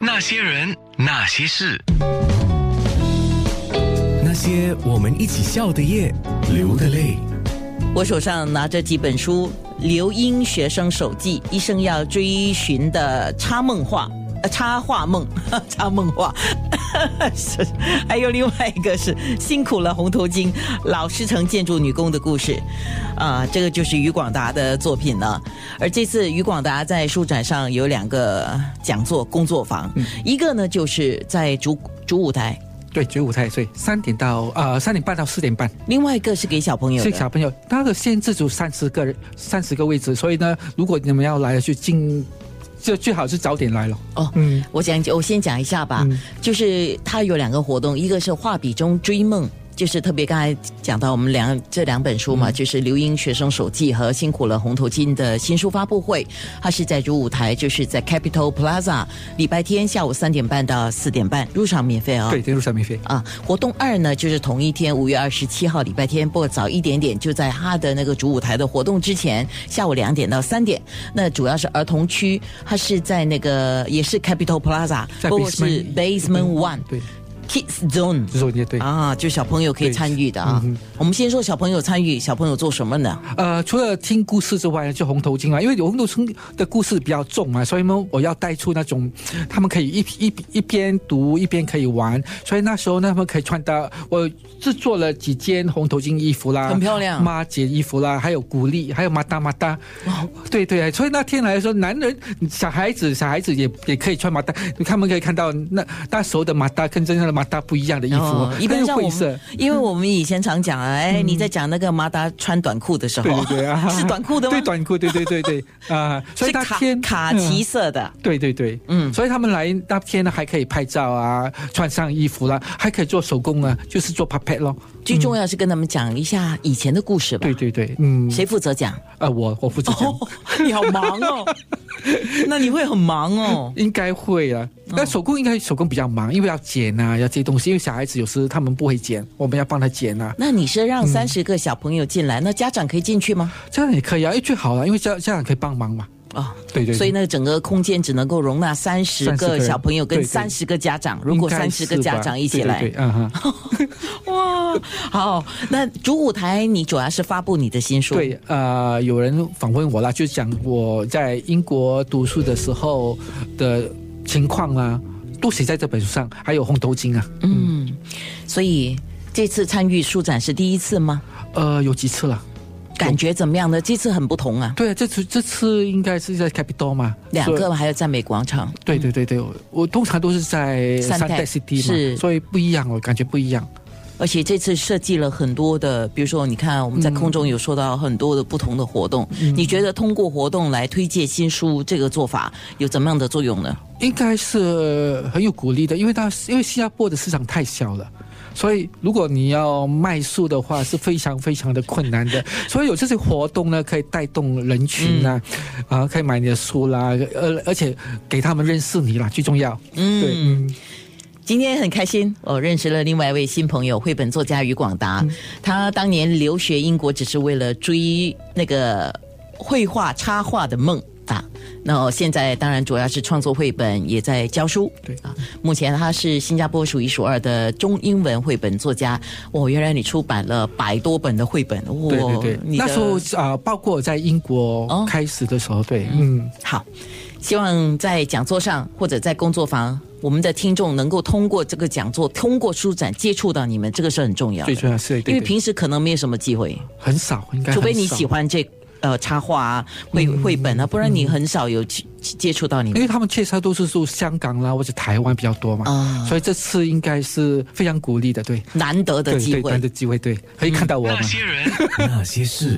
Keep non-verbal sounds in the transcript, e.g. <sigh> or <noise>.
那些人，那些事，那些我们一起笑的夜，流的泪。我手上拿着几本书，《留英学生手记》，一生要追寻的插梦画。呃插画梦， <laughs> 插梦画，是， <laughs> 还有另外一个是辛苦了红头巾，老师城建筑女工的故事，啊，这个就是余广达的作品了。而这次余广达在书展上有两个讲座工作坊，一个呢就是在主主舞台，对，只有五才岁，三点到呃三点半到四点半，另外一个是给小朋友是的。小朋友，那个限制住三十个人，三十个位置，所以呢，如果你们要来就尽，就最好是早点来了。哦，嗯我讲我先讲一下吧，嗯就是它有两个活动，一个是画笔中追梦。就是特别刚才讲到我们两这两本书嗯嘛，就是《刘英学生手记》和《辛苦了红头巾》的新书发布会，它是在主舞台，就是在 Capital Plaza，礼拜天下午三点半到四点半，入场免费啊、对，进入小免费。啊，活动二呢，就是同一天，五月二十七号礼拜天，不过早一点点，就在他的那个主舞台的活动之前，下午两点到三点。那主要是儿童区，它是在那个也是 Capital Plaza，在嗯不过是 Basement One 对， Kids Zone 就是也对。啊，就小朋友可以对嗯参与的啊。我们先说小朋友参与，小朋友做什么呢？呃，除了听故事之外呢，就红头巾啊，因为红头巾的故事比较重嘛，所以呢，我要带出那种啊他们可以一一一边读一边可以玩，所以那时候呢，他们可以穿搭。我制作了几件红头巾衣服啦，很漂亮妈姐衣服啦，还有鼓励，还有马达 <laughs> 马达。哦对对，所以那天来说，男人、小孩子、小孩子也也可以穿马达，他们可以看到那那时候的马达跟真正的马达不一样的衣服， <laughs> 哦一那般是像我灰色们。，因为我们以前常讲啊，哎，你在讲那个马达穿短裤的时候，嗯对对对啊， <laughs> 是短裤的吗？对短裤，对对对对啊、所以是那卡天卡其嗯色的。对对对，嗯嗯，所以他们来那天呢，还可以拍照啊，穿上衣服啦，还可以做手工啊，就是做 puppet 咯。最重要是跟他们讲一下以前的故事吧。对对对，嗯，谁负责讲？啊，我我负责讲，哦，你好忙哦， <laughs> 那你会很忙哦。应该会啊。那手工应该手工比较忙，因为要剪啊，要这些东西，因为小孩子有时他们不会剪，我们要帮他剪啊。那你是让三十个小朋友进来，那家长可以进去吗？这样也可以啊，哎，最好了，因为家家长可以帮忙嘛。哦，嗯对对对所以那个整个空间只能够容纳三十30个个人小朋友跟对对三十个家长。如果应该三十个是吧家长一起来，对对对，嗯哈。哇，好。那主舞台你主要是发布你的新书，，对，呃，有人访问我啦，就讲我在英国读书的时候的情况啦、都写在这本书上，还有红头巾啊，嗯，所以这次参与书展是第一次吗？呃，有几次了。感觉怎么样呢？这次很不同啊，对，这次这次应该是在 Capital 嘛，两所个以。还有赞美广场。对对对对，我我通常都是在 Suntec Suntec City 嘛，是所以不一样，我哦感觉不一样。而且这次设计了很多的，比如说，你看我们在空中有说到很多的不同的活动，你觉得通过活动来推介新书这个做法有怎么样的作用呢？应该是很有鼓励的，因为它呃因为新加坡的市场太小了。所以，如果你要卖书的话，是非常非常的困难 <laughs> 的。所以有这些活动呢，可以带动人群啊，嗯啊、可以买你的书啦，而而且给他们认识你啦，最重要。对，嗯，嗯，今天很开心，我认识了另外一位新朋友，绘本作家余广达。嗯他当年留学英国，只是为了追那个绘画插画的梦啊。那我现在当然主要是创作绘本，也在教书。对啊，目前他是新加坡数一数二的中英文绘本作家。哦，原来你出版了百多本的绘本，哦，对对对。你的那时候啊、包括在英哦国开始的时候，对，嗯，好，希望在讲座上或者在工作坊，我们的听众能够通过这个讲座，通过书展接触到你们，这个是很重要的。最重要是，因对为对，平时可能没有什么机会，很少，应该除非很你少嗯喜欢这呃插画啊、绘绘本啊，不然你很少有去去接触到你因们。为他们介绍都是住香港啦或者台湾比较多嘛，啊所以这次应该是非常鼓励的，对，难得的对机对，会难。得机会，对，可以看到我嘛。那些人， <laughs> 那些事。